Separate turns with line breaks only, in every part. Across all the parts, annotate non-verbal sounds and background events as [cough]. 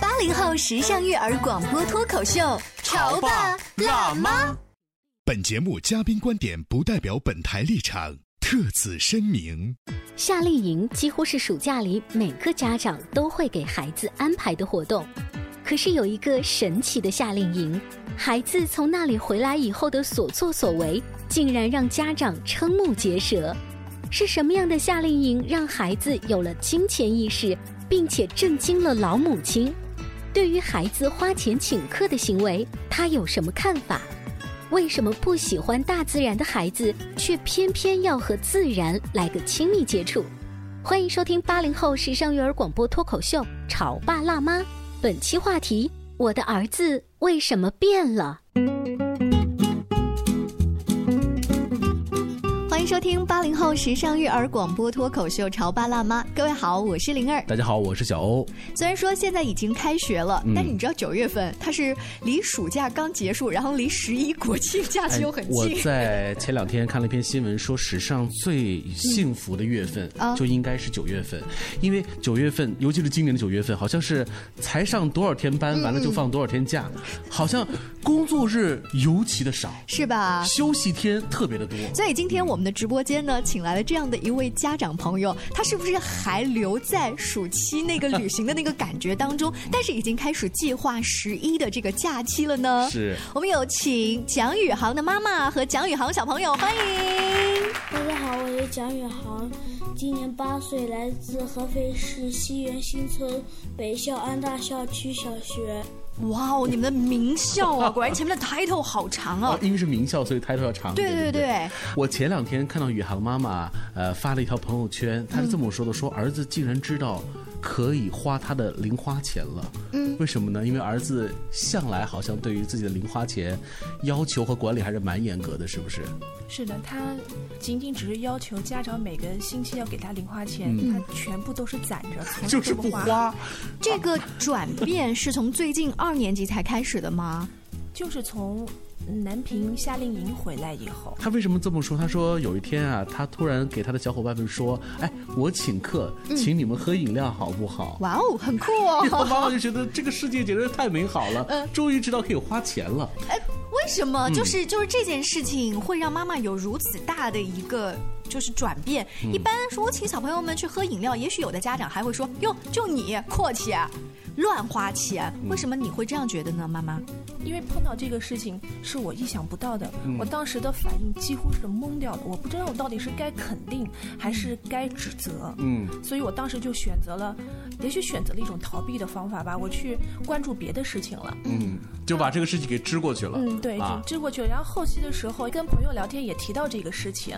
八零后时尚育儿广播脱口秀，潮爸辣妈。
本节目嘉宾观点不代表本台立场，特此声明。
夏令营几乎是暑假里每个家长都会给孩子安排的活动，可是有一个神奇的夏令营，孩子从那里回来以后的所作所为，竟然让家长瞠目结舌。是什么样的夏令营让孩子有了金钱意识，并且震惊了老母亲？对于孩子花钱请客的行为，他有什么看法？为什么不喜欢大自然的孩子，却偏偏要和自然来个亲密接触？欢迎收听八零后时尚育儿广播脱口秀《潮爸辣妈》，本期话题：我的儿子为什么变了？
欢迎收听八零后时尚育儿广播脱口秀《潮爸辣妈》，各位好，我是灵儿。
大家好，我是小
[laughs]
欧。
虽然说现在已经开学了，
嗯
但是你知道九月份它是离暑假刚结束，然后离十一国庆假期又很
哎我
近。
在前两天看了一篇新闻，说史上最幸福的月份
啊
就应该是九月份，因为九月份，尤其是今年的九月份，好像是才上多少天
嗯
班，完了就放多少天假，好像工作日尤其的少，
是吧？
休息天特别的多。
所以今天我们的直播间呢，请来了这样的一位家长朋友，他是不是还留在暑期那个旅行的那个感觉当中，但是已经开始计划十一的这个假期了呢？
是
我们有请蒋宇航的妈妈和蒋宇航小朋友，欢迎。
大家好，我是蒋宇航，今年八岁，来自合肥市西园新村北校安大校区小学。
哇哦，你们的名校 [laughs] 啊，果然前面的 title 好长
啊
啊，。
因为是名校，所以 title 要长一点。
对对
不
对，
我前两天看到宇航妈妈呃发了一条朋友圈，她是这么说的：说儿子竟然知道可以花他的零花钱了。嗯，为什么呢？因为儿子向来好像对于自己的零花钱要求和管理还是蛮严格的，是不是？
是的，他仅仅只是要求家长每个星期要给他零花钱，他全部都是攒着，从来
嗯就是
不
不
花，
花。
这个转变是从最近二年级才开始的吗？
就是从南平夏令营回来以后，
他为什么这么说？他说有一天啊，他突然给他的小伙伴们说：“哎，我请客，
嗯
请你们喝饮料好不好？”
哇哦，很酷
我 [laughs]
[laughs] 哦！
妈妈就觉得这个世界简直太美好
嗯
了，终于知道可以花钱了。
哎为什么
嗯
就是就是这件事情会让妈妈有如此大的一个就是转变？
嗯
一般说我请小朋友们去喝饮料，也许有的家长还会说：“哟，就你阔气，啊乱花钱。”
嗯
为什么你会这样觉得呢，妈妈？
因为碰到这个事情是我意想不到的，
嗯
我当时的反应几乎是懵掉的，我不知道我到底是该肯定还是该指责，
嗯，
所以我当时就选择了，也许选择了一种逃避的方法吧，我去关注别的事情了。
嗯，就把这个事情给支过去了。
嗯，对，
啊
就支过去了。然后后期的时候跟朋友聊天也提到这个事情，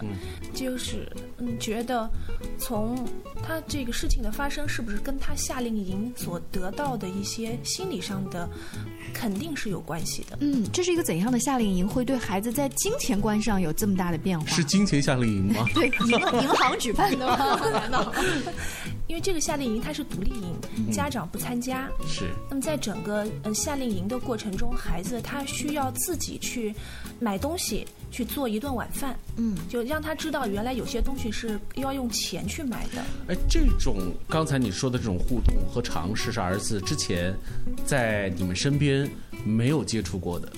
就是嗯，觉得从他这个事情的发生，是不是跟他夏令营所得到的一些心理上的肯定是有关系的。
嗯，这是一个怎样的夏令营会对孩子在金钱观上有这么大的变化？
是金钱夏令营吗？
对银银行举办的吗？难道？
因为这个夏令营它是独立营，嗯家长不参加。
嗯是，
那么在整个呃夏令营的过程中，孩子他需要自己去买东西，去做一顿晚饭。
嗯，
就让他知道原来有些东西是要用钱去买的。
哎，这种刚才你说的这种互动和尝试，是儿子之前在你们身边没有接触过的。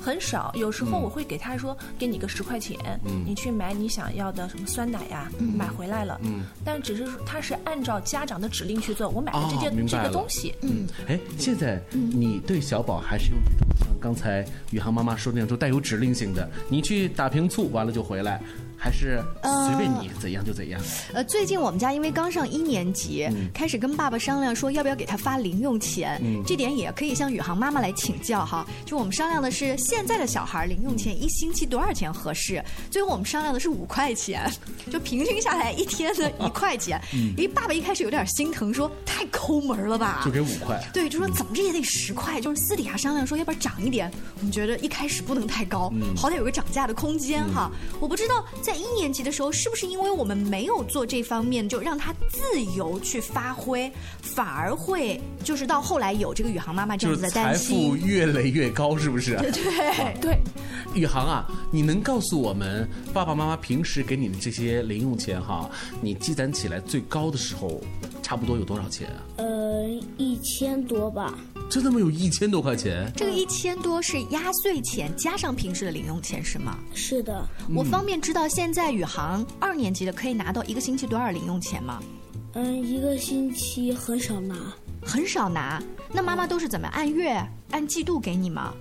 很少，有时候我会给他说，给你个十块钱，
嗯
你去买你想要的什么酸奶呀、买回来了。
嗯
但只是他是按照家长的指令去做，我买了这
哦
件、
明
这
白
个
了
东西，
嗯，哎，现在你对小宝还是用这种像刚才宇航妈妈说的那样，就带有指令性的，你去打瓶醋，完了就回来。还是随便你怎样就怎样？
呃，最近我们家因为刚上一年级，开始跟爸爸商量说要不要给他发零用钱，这点也可以向宇航妈妈来请教哈。就我们商量的是现在的小孩零用钱一星期多少钱合适，最后我们商量的是五块钱，就平均下来一天的一块钱。因为爸爸一开始有点心疼，说太抠门了吧，
就给五块。
对，就说怎么着也得十块，就是私底下商量说，要不然涨一点。我们觉得一开始不能太高，
嗯
好歹有个涨价的空间哈。我不知道在一年级的时候，是不是因为我们没有做这方面，就让他自由去发挥，反而会就是到后来有这个宇航妈妈这
就
样
是
子的
财
担
富
心。
越垒越高，是不是？
对，
对，
宇航啊，你能告诉我们爸爸妈妈平时给你的这些零用钱哈，你积攒起来最高的时候，差不多有多少钱啊？
呃，一千多吧。
真的吗？有一千多块钱？
这个一千多是压岁钱加上平时的零用钱是吗？
是的，
嗯
我方便知道现在宇航二年级的可以拿到一个星期多少零用钱吗？
嗯，一个星期很少拿，
很少拿。那妈妈都是怎么按月、按季度给你吗？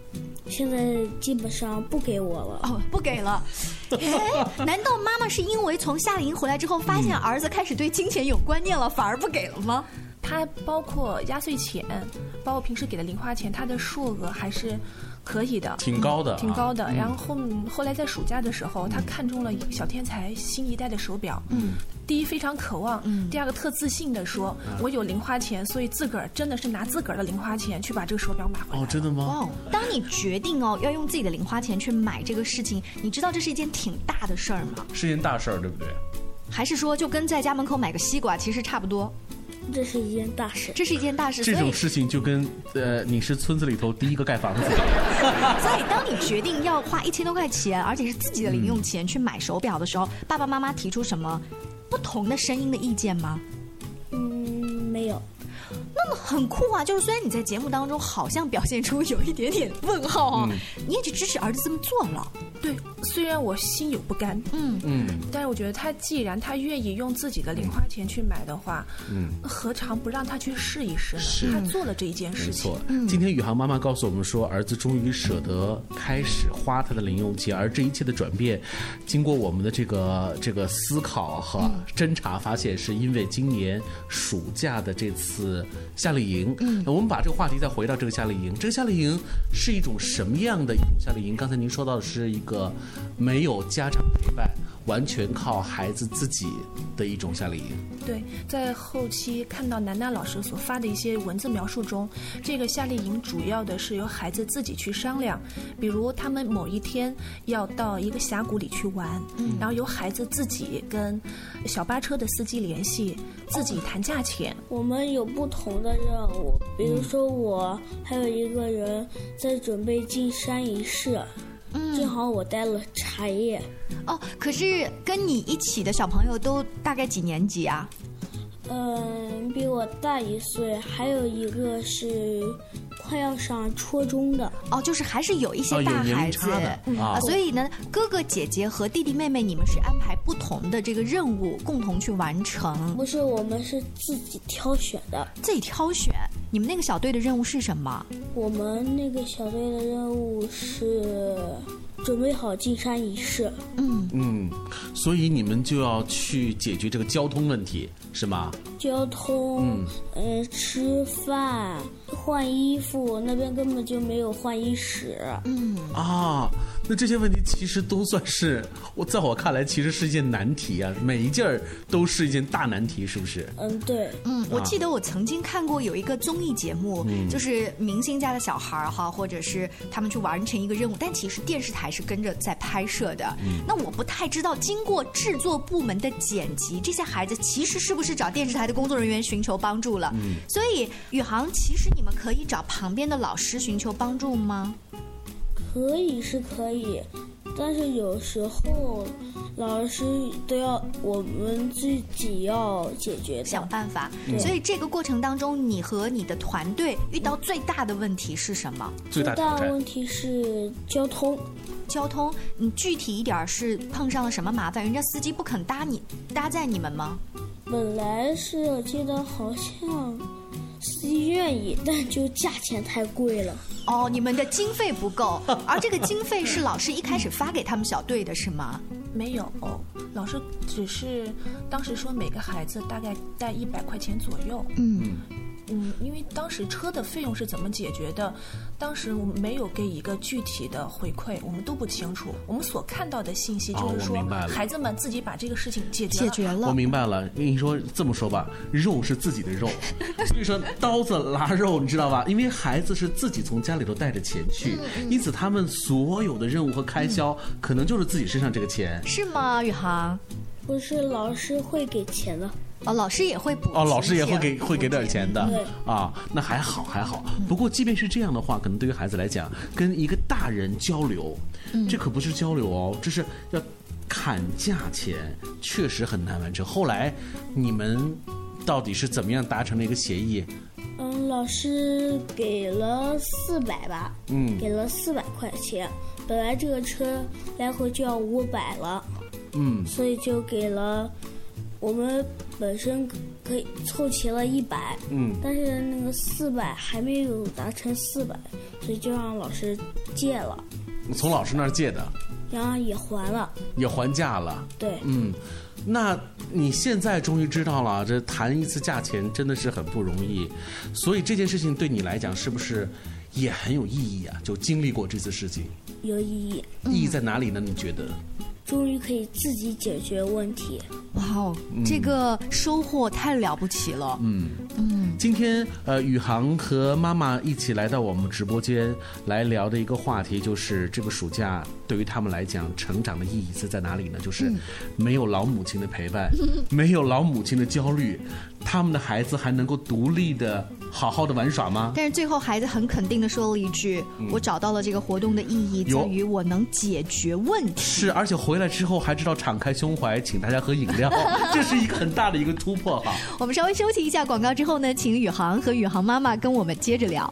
现在基本上不给我了。
哦，不给了。 [laughs] 哎，难道妈妈是因为从夏令营回来之后，发
嗯
现儿子开始对金钱有观念了，反而不给了吗？
它包括压岁钱，包括平时给的零花钱，它的数额还是可以的，
挺高的啊
挺高的。然后后后来在暑假的时候，他看中了小天才新一代的手表，嗯，第一非常渴望，嗯第二个特自信的说，
嗯
我有零花钱，所以自个儿真的是拿自个儿的零花钱去把这个手表买回来。
哦，真的
哇
吗？
哦，当你决定哦要用自己的零花钱去买这个事情，你知道这是一件挺大的事儿吗？
是件大事儿，对不对？
还是说就跟在家门口买个西瓜其实差不多？
这是一件大事。
这是一件大事，所
这种
以
事情就跟呃，你是村子里头第一个盖房子的，
所以哎当你决定要花一千多块钱，而且是自己的零用钱去买手表的时候，爸爸妈妈提出什么不同的声音的意见吗？
嗯，没有。
很酷啊！就是虽然你在节目当中好像表现出有一点点问号啊，你也只支持儿子这么做了。
对，虽然我心有不甘，
嗯
嗯，但是我觉得他既然他愿意用自己的零花钱去买的话，嗯，何尝不让他去试一试呢？他做了这一件
没
事情嗯
错，。今天宇航妈妈告诉我们说，儿子终于舍得开始花他的零用钱，而这一切的转变，经过我们的这个这个思考和
嗯
侦查，发现是因为今年暑假的这次夏令营。嗯，那我们把这个话题再回到这个夏令营，这个夏令营是一种什么样的一种夏令营？刚才您说到的是一个没有家长陪伴，完全靠孩子自己的一种夏令营。
对，在后期看到楠楠老师所发的一些文字描述中，这个夏令营主要的是由孩子自己去商量，比如他们某一天要到一个峡谷里去玩，然后由孩子自己跟小巴车的司机联系，自己谈价钱。
我们有不同的任务，比
嗯
如说我还有一个人在准备进山仪式，
嗯
正好我带了茶叶，
哦，可是跟你一起的小朋友都大概几年级啊？
嗯，比我大一岁，还有一个是快要上初中的，
哦，就是还是有一些
哦有
大
年龄
孩子
差的
嗯
啊
所以呢，哥哥姐姐和弟弟妹妹，你们是安排不同的这个任务，共同去完成，
不是我们是自己挑选的。
自己挑选。你们那个小队的任务是什么？
我们那个小队的任务是准备好进山仪式，
嗯，所以你们就要去解决这个交通问题，是吗？
交
嗯
通，呃，吃饭、换衣服，那边根本就没有换衣室。
啊，那这些问题其实都算是我在我看来，其实是一件难题啊，每一件儿都是一件大难题，是不是？
嗯，对，
嗯，我记得我曾经看过有一个综艺节目，就是明星家的小孩儿哈，或者是他们去完成一个任务，但其实电视台是跟着在拍摄的。那我不太知道，经过制作部门的剪辑，这些孩子其实是不是找电视台的工作人员寻求帮助了？所以宇航，其实你们可以找旁边的老师寻求帮助吗？
可以是可以，但是有时候老师都要我们自己要解决
想
的。
办法。所以这个过程当中，你和你的团队遇到最大的问题是什么？
最大挑
大
战
问题是交通，
交通，你具体一点儿是碰上了什么麻烦？人家司机不肯搭你搭载你们吗？
本来是我记得好像司机愿意，但就价钱太贵了。
[laughs]
哦，你们的经费不够，而这个经费是老师一开始发给他们小队的，是吗？
没有，老师只是当时说每个孩子大概带一百块钱左右。
嗯
嗯，因为当时车的费用是怎么解决的，当时我们没有给一个具体的回馈，我们都不清楚。我们所看到的信息
哦
就
我
是说，
明白了
孩子们自己把这个事情解决
解
了。
决
我
了。
明白了，跟你说这么说吧，肉是自己的肉，所以说刀子拉肉，你知道吧？因为孩子是自己从家里头带着钱去，因此他们所有的任务和开销，可能就是自己身上这个钱。
是吗，宇航？
不是老师会给钱的。
哦，老师也会补
哦，老师也
贴
会给会给点钱的
对
啊，那还好还好。不过即便是这样的话，可能对于孩子来讲，跟一个大人交流，这可不是交流哦，这是要砍价钱，确实很难完成。后来你们到底是怎么样达成了一个协议？
嗯，老师给了四百吧，
嗯
给了四百块钱。本来这个车来回就要五百了，
嗯，
所以就给了我们本身可以凑齐了一百，
嗯，
但是那个四百还没有达成四百，所以就让老师借了，
从老师那儿借的，
然后也还了。
也还价了。
对，
嗯，那你现在终于知道了，这谈一次价钱真的是很不容易，所以这件事情对你来讲是不是也很有意义啊？就经历过这次事情，
有意义，
意义在哪里呢？你觉得？
终于可以自己解决问题。
哇哦，
嗯
这个收获太了不起了。
今天呃，宇航和妈妈一起来到我们直播间来聊的一个话题，就是这个暑假对于他们来讲，成长的意义是在哪里呢？就是没有老母亲的陪伴， [laughs] 没有老母亲的焦虑，他们的孩子还能够独立的好好的玩耍吗？
但是最后孩子很肯定的说了一句：“我找到了这个活动的意义，
嗯有
在于我能解决问题。”
是，而且回来之后还知道敞开胸怀，请大家喝饮料，这是一个很大的一个突破哈。
我们稍微休息一下广告之后呢，请宇航和宇航妈妈跟我们接着聊。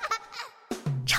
《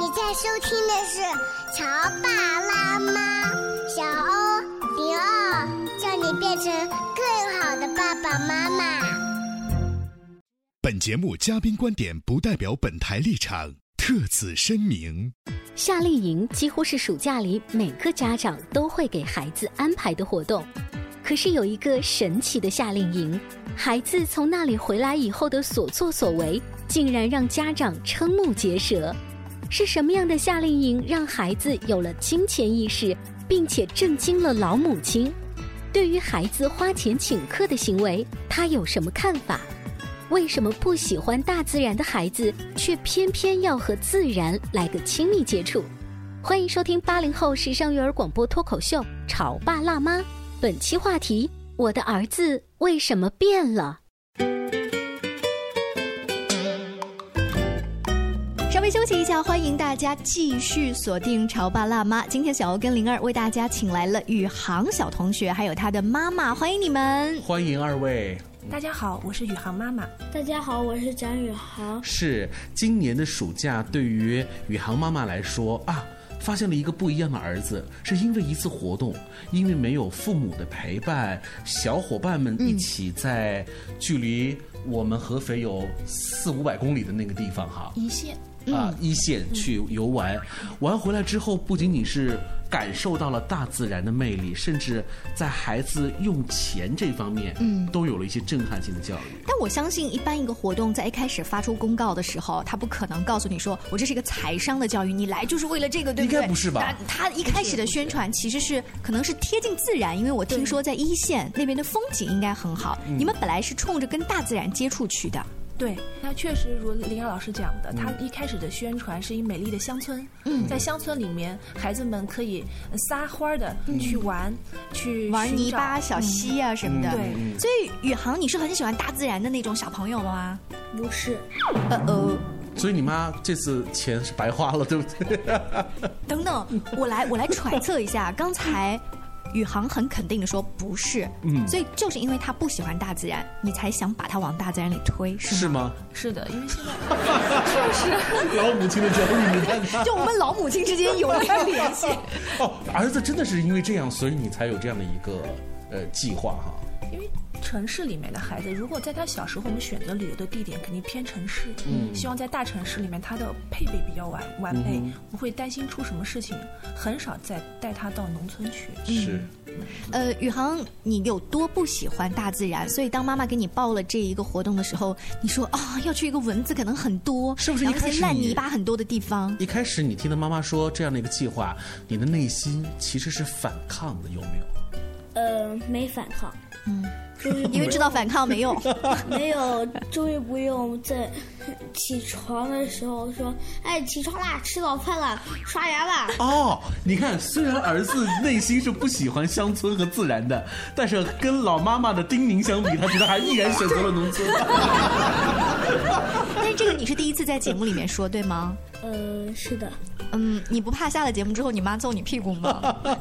你在收听的是《潮爸辣妈》，小欧零二，叫你变成更好的爸爸妈妈。
本节目嘉宾观点不代表本台立场，特此声明。
夏令营几乎是暑假里每个家长都会给孩子安排的活动。可是有一个神奇的夏令营，孩子从那里回来以后的所作所为，竟然让家长瞠目结舌。是什么样的夏令营让孩子有了金钱意识，并且震惊了老母亲？对于孩子花钱请客的行为，他有什么看法？为什么不喜欢大自然的孩子，却偏偏要和自然来个亲密接触？欢迎收听八零后时尚育儿广播脱口秀《潮爸辣妈》，本期话题：我的儿子为什么变了？
稍微休息一下，欢迎大家继续锁定《潮爸辣妈》。今天小欧跟灵儿为大家请来了宇航小同学，还有他的妈妈，欢迎你们。
欢迎二位。
大家好，我是宇航妈妈。
大家好，我是蒋宇航。
是今年的暑假，对于宇航妈妈来说啊，发现了一个不一样的儿子，是因为一次活动，因为没有父母的陪伴，小伙伴们一起在距离我们合肥有四五百公里的那个地方哈，
一线
啊一线去游玩，玩回来之后，不仅仅是感受到了大自然的魅力，甚至在孩子用钱这方面，嗯，都有了一些震撼性的教育。
但我相信，一般一个活动在一开始发出公告的时候，他不可能告诉你说我这是一个财商的教育，你来就是为了这个，对不对？
应该不是吧
那他一开始的宣传其实是可能是贴近自然，因为我
嗯
听说在一线那边的风景应该很好，你们本来是冲着跟大自然接触去的。
对，那确实如林阳老师讲的，他一开始的宣传是以美丽的乡村，
嗯
在乡村里面，孩子们可以呃撒欢儿的去玩，去
嗯玩
寻
泥巴、
找
小溪啊什么的。
嗯对，
所以宇航，你是很喜欢大自然的那种小朋友吗？
不是，
呃哦，
所以你妈这次钱是白花了，对不 [laughs] 对？
等等，
嗯
我来
[laughs]
我来揣测一下，刚才。宇航很肯定的说不是，
嗯
所以就是因为他不喜欢大自然，你才想把他往大自然里推，是吗？
[laughs]
是
是吗？
的，因为现在
老母亲的教育，你看看。
就我们老母亲之间有没有联
[laughs]
系？
哦，儿子真的是因为这样，所以你才有这样的一个呃计划哈。
因为城市里面的孩子，如果在他小时候，我们选择旅游的地点肯定偏城市，
嗯
希望在大城市里面他的配备比较完完备，
嗯哼
不会担心出什么事情，很少再带他到农村去。
是，
呃，宇航，你有多不喜欢大自然？所以当妈妈给你报了这一个活动的时候，你说啊、要去一个蚊子可能很多，
是不是
然
一
后
开
一
始
些
你
烂泥巴很多的地方？
一开始你听到妈妈说这样的一个计划，你的内心其实是反抗的，有没有？
呃，没反抗，
嗯，
终于
因为知道反抗没用。
没有，终于不用在起床的时候说：“哎，起床啦，吃早饭啦，刷牙啦。
哦，你看，虽然儿子内心是不喜欢乡村和自然的，但是跟老妈妈的叮咛相比，他觉得还毅然选择了农村。
但是这个你是第一次在节目里面说，对吗？”
呃，是的，
嗯，你不怕下了节目之后你妈揍你屁股
[laughs]
吗？
[laughs]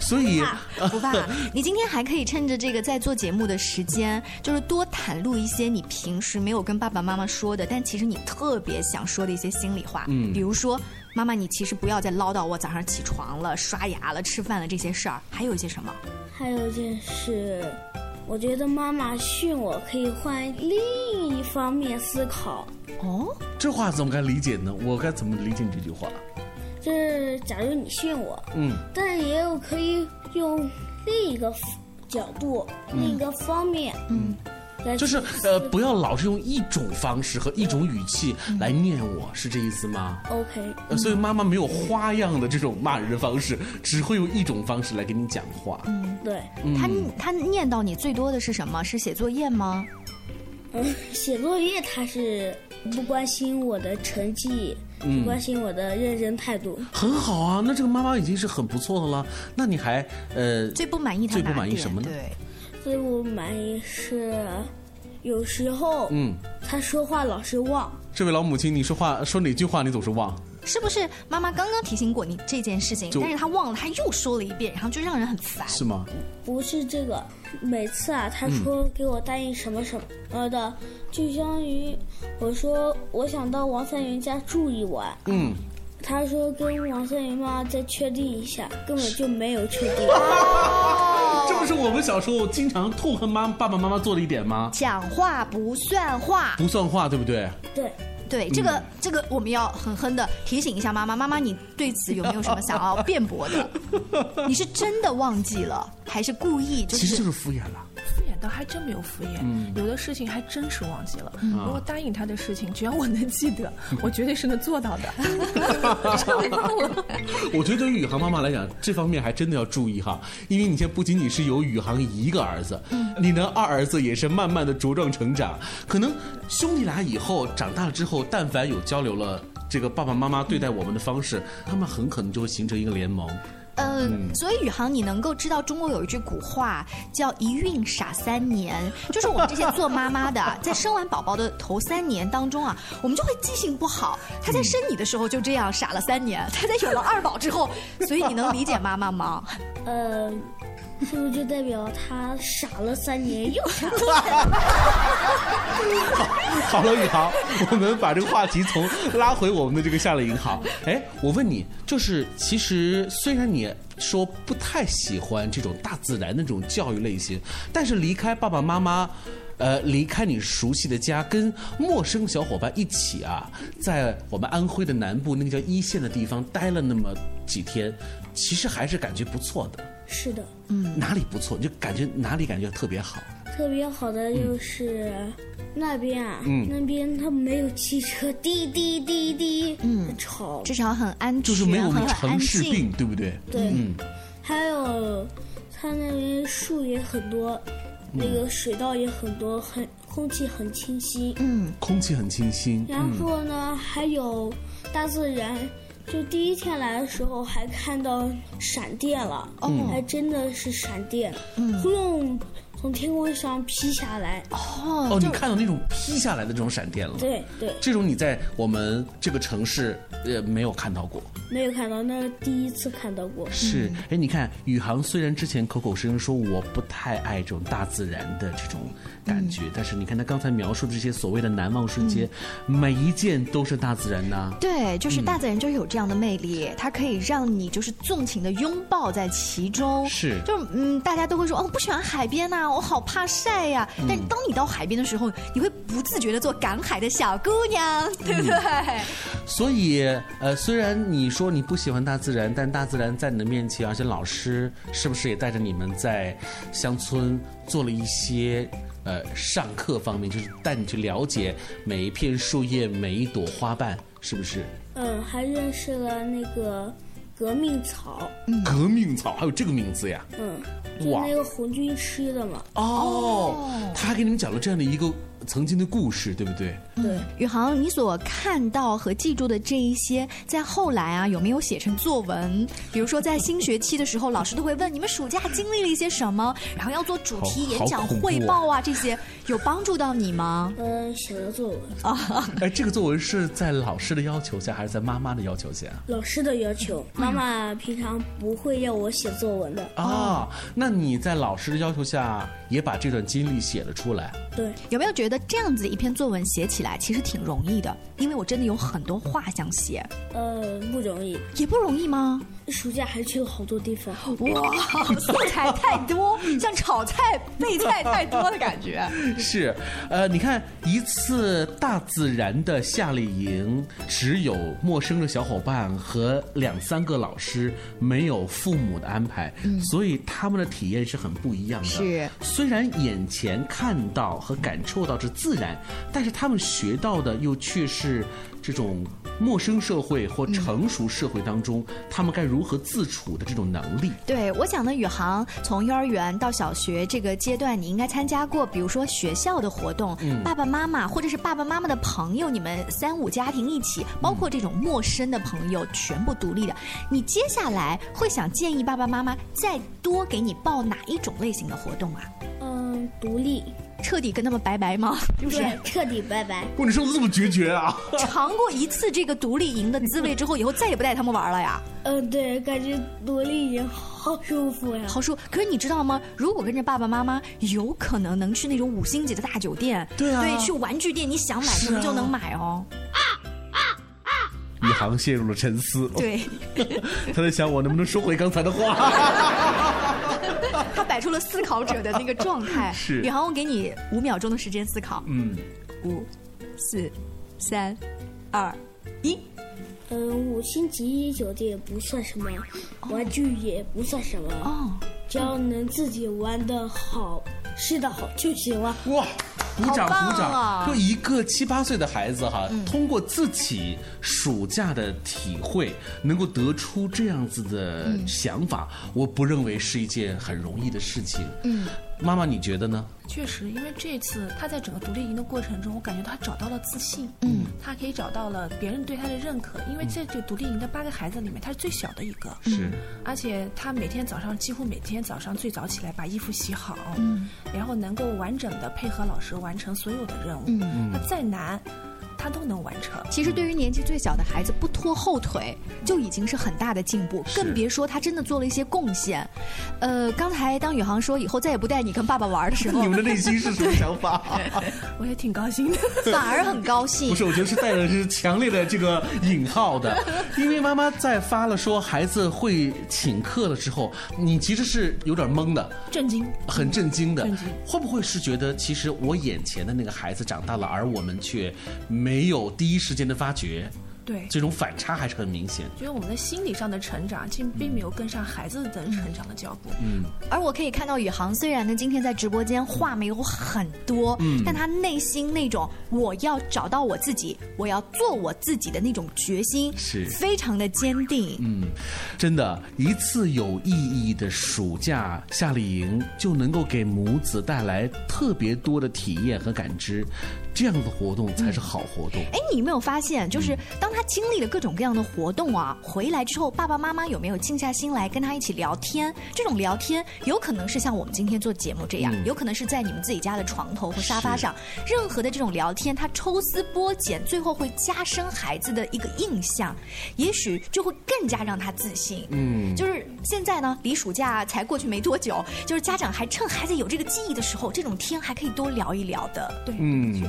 所以，
不怕。你今天还可以趁着这个在做节目的时间，就是多袒露一些你平时没有跟爸爸妈妈说的，但其实你特别想说的一些心里话。
嗯
比如说，妈妈，你其实不要再唠叨我早上起床了、刷牙了、吃饭了这些事儿。还有一些什么？
还有就是，我觉得妈妈训我可以换另一方面思考。
哦，
这话怎么该理解呢？我该怎么理解你这句话？
就是假如你训我，
嗯，
但也有可以用另一个角度、另一个方面，嗯，来
就是呃，不要老是用一种方式和一种语气来念我，是这意思吗？
OK。
呃所以妈妈没有花样的这种骂人方式，只会用一种方式来跟你讲话。
对，
嗯
她她念叨你最多的是什么？是写作业吗？
嗯，写作业他是不关心我的成绩，
嗯
不关心我的认真态度。
很好啊，那这个妈妈已经是很不错的了。那你还呃，
最不满意她
最
哪
不
点？
满意什么呢
对，
最不满意是，有时候
嗯，
他说话老是忘，
这位老母亲，你说话说哪句话你总是忘？
是不是妈妈刚刚提醒过你这件事情，
就
但是她忘了，她又说了一遍，然后就让人很烦。
是吗？
不是这个。每次啊，
嗯
他说给我答应什么什么的，就相当于我说我想到王三元家住一晚，
嗯，
他说跟王三元妈再确定一下，根本就没有确
[laughs]
定。
这不是我们小时候经常痛恨妈爸爸妈妈做的一点吗？
讲话不算话。
不算话，对不对？
对，
对，这个、这个我们要狠狠的提醒一下妈妈，妈妈你对此有没有什么想要辩驳的？你是真的忘记了，还是故意就
其实
是？
就是敷衍了。嗯
敷衍倒还真没有敷衍，有的事情还真是忘记了。如果答应他的事情，只要我能记得，
嗯
[laughs] 我绝对是能做
[laughs]
到的。
我觉得对于宇航妈妈来讲，这方面还真的要注意哈，因为你现在不仅仅是有宇航一个儿子，
嗯
你的二儿子也是慢慢的茁壮成长。可能兄弟俩以后长大了之后，但凡有交流了。这个爸爸妈妈对待我们的方式，他们很可能就会形成一个联盟。
呃，所以宇航，你能够知道中国有一句古话叫“一孕傻三年”，就是我们这些做妈妈的， [laughs] 在生完宝宝的头三年当中啊，我们就会记性不好。她在生你的时候就这样傻了三年，她在有了二宝之后，所以你能理解妈妈 [laughs] 吗？
呃，是不是就代表他傻了三年又傻了？
[laughs] 好了，宇航，我们把这个话题从拉回我们的这个夏令
[laughs]
营好。哎，我问你，就是其实虽然你说不太喜欢这种大自然的这种教育类型，但是离开爸爸妈妈。呃，离开你熟悉的家，跟陌生小伙伴一起啊，在我们安徽的南部那个叫一线的地方待了那么几天，其实还是感觉不错的。
是的，
嗯
哪里不错，你就感觉哪里感觉特别好。
特别好的就是、那边啊，
嗯
那边他没有汽车，滴滴滴滴，嗯，吵，
至少很安全，
就是没有我们
很
城
安
市
静
病，对不对？
对，
嗯
还有他那边树也很多，那个水稻也很多，很空气很清新，
嗯，
空气很清新。
然后呢，还有大自然。就第一天来的时候还看到闪电了，
哦嗯
还真的是闪电，轰隆从天空上劈下来。
嗯
哦
哦，你看到那种劈下来的这种闪电了？，
对对，
这种你在我们这个城市呃没有看到过。
没有看到，那是第一次看到过。
是，哎，你看宇航虽然之前口口声声说我不太爱这种大自然的这种感觉，但是你看他刚才描述的这些所谓的难忘瞬间，每一件都是大自然呐、
对，
嗯
就是大自然就是有这样的魅力，它可以让你就是纵情的拥抱在其中。
是
就是嗯，大家都会说哦，不喜欢海边呐、我好怕晒呀、
嗯
但当你到海边的时候，你会不自觉的做赶海的小姑娘，对不对？
嗯所以，呃，虽然你说你不喜欢大自然，但大自然在你的面前，而且老师是不是也带着你们在乡村做了一些？呃，上课方面就是带你去了解每一片树叶、每一朵花瓣，是不是？
嗯，还认识了那个革命草，
嗯革命草还有这个名字呀？
嗯，就
哇
那个红军吃的嘛。
哦，他还给你们讲了这样的一个曾经的故事，对不 [laughs] 对？
对，
宇航，你所看到和记住的这一些，在后来啊，有没有写成作文？比如说在新学期的时候，老师都会问你们暑假经历了一些什么，然后要做主题
好
演讲、
好恐怖啊
汇报啊，这些有帮助到你吗？
嗯，写了作文，
哎，这个作文是在老师的要求下，还是在妈妈的要求下？
老师的要求，妈妈平常不会让我写作文的。
啊，那你在老师的要求下也把这段经历写了出来。
对，
有没有觉得这样子一篇作文写起来其实挺容易的？因为我真的有很多话想写，
呃，不容易，
也不容易吗？
暑假还去了好多地方。
[laughs] 哇，素材太多， [laughs] 像炒菜、备菜太多的感觉。
[laughs] 是，呃，你看一次大自然的夏令营，只有陌生的小伙伴和两三个老师，没有父母的安排，所以他们的体验是很不一样的。
嗯是，
虽然眼前看到和感受到是自然，但是他们学到的又却是这种。陌生社会
嗯
或成熟社会当中，他们该如何自处的这种能力，
对，我想呢，宇航从幼儿园到小学这个阶段，你应该参加过，比如说学校的活动，爸爸妈妈或者是爸爸妈妈的朋友，你们三五家庭一起，包括这种陌生的朋友，全部独立的。你接下来会想建议爸爸妈妈再多给你报哪一种类型的活动啊？
嗯，独立，
彻底跟他们拜拜
[laughs]
吗？就是
对，彻底
[laughs]
拜拜。
哇，你说的这么决绝啊！
尝过一次这个独立营的滋味之后，以后再也不带他们玩了呀。
呃，对，感觉独立也好舒服呀。
好说，可是你知道吗？如果跟着爸爸妈妈，有可能能去那种五星级的大酒店，
对啊
对，去玩具店，你想买什么就能买哦。
[laughs] 宇航陷入了沉思。
对，
哦他在想我能不能收回刚才的话。
他摆出了思考者的那个状态。
[laughs] 是
宇航，我给你五秒钟的时间思考。
嗯，
五、四、三、二、一。
嗯，五星级酒店不算什么，玩具也不算什么，
哦，
只要能自己玩的好、吃的好就行了。
哇，鼓
好
掌
棒
鼓掌！
啊嗯
就一个七八岁的孩子哈，通过自己暑假的体会，能够得出这样子的
嗯
想法，我不认为是一件很容易的事情。嗯，妈妈你觉得呢？
确实，因为这次他在整个独立营的过程中，我感觉他找到了自信，嗯，他可以找到了别人对他的认可，因为在这个独立营的八个孩子里面，他是最小的一个，
是，
嗯
而且他每天早上几乎每天早上最早起来把衣服洗好，嗯，然后能够完整的配合老师完成所有的任务，嗯，那再难他都能完成。
其实对于年纪最小的孩子，不拖后腿就已经是很大的进步，更别说他真的做了一些贡献。呃，刚才当宇航说以后再也不带你跟爸爸玩的时候
[laughs] [laughs] 你，们的内心是什么想
[laughs]
法？
我也挺高兴的。
反而很高兴
不。是，我觉得是带着是强烈的这个引号
[laughs]
的，因为妈妈在发了说孩子会请客了之后，你其实是有点懵的，
震惊，
嗯很震惊的
震惊，
会不会是觉得其实我眼前的那个孩子长大了，而我们却没有第一时间的发觉？
对
这种反差还是很明显。
觉得我们的心理上的成长，竟并没有跟上孩子的成长的脚步。
嗯，
而我可以看到宇航，虽然呢今天在直播间话没有很多，
嗯
但他内心那种我要找到我自己，我要做我自己的那种决心，
是
非常的坚定。
嗯，真的，一次有意义的暑假夏令营就能够给母子带来特别多的体验和感知，这样的活动才是好活动。
哎，你有没有发现，就是
嗯
当他经历了各种各样的活动啊，回来之后，爸爸妈妈有没有静下心来跟他一起聊天？这种聊天有可能是像我们今天做节目这样，
嗯
有可能是在你们自己家的床头或沙发上，任何的这种聊天，他抽丝剥茧，最后会加深孩子的一个印象，也许就会更加让他自信。
嗯
就是现在呢，离暑假才过去没多久，就是家长还趁孩子有这个记忆的时候，这种天还可以多聊一聊的。对。
嗯，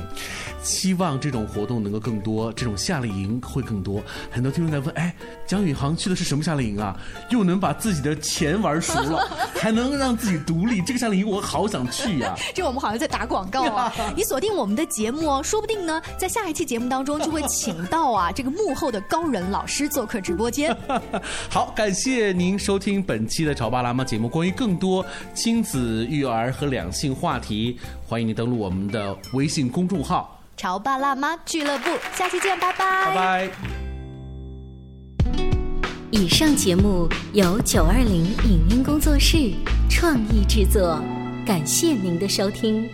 希望这种活动能够更多，这种夏令营会更多。很多听众在问，哎，蒋宇航去的是什么夏令营啊？又能把自己的钱玩熟了，还能让自己独立，这个夏令营我好想去呀、 [laughs]
这我们好像在打广告啊！你锁定我们的节目哦，说不定呢，在下一期节目当中就会请到啊这个幕后的高人老师做客直播间。
好，感谢您收听本期的《潮爸辣妈》节目。关于更多亲子育儿和两性话题，欢迎您登录我们的微信公众号。
潮爸辣妈俱乐部，下期见，拜拜。
拜拜。
以上节目由九二零影音工作室创意制作，感谢您的收听。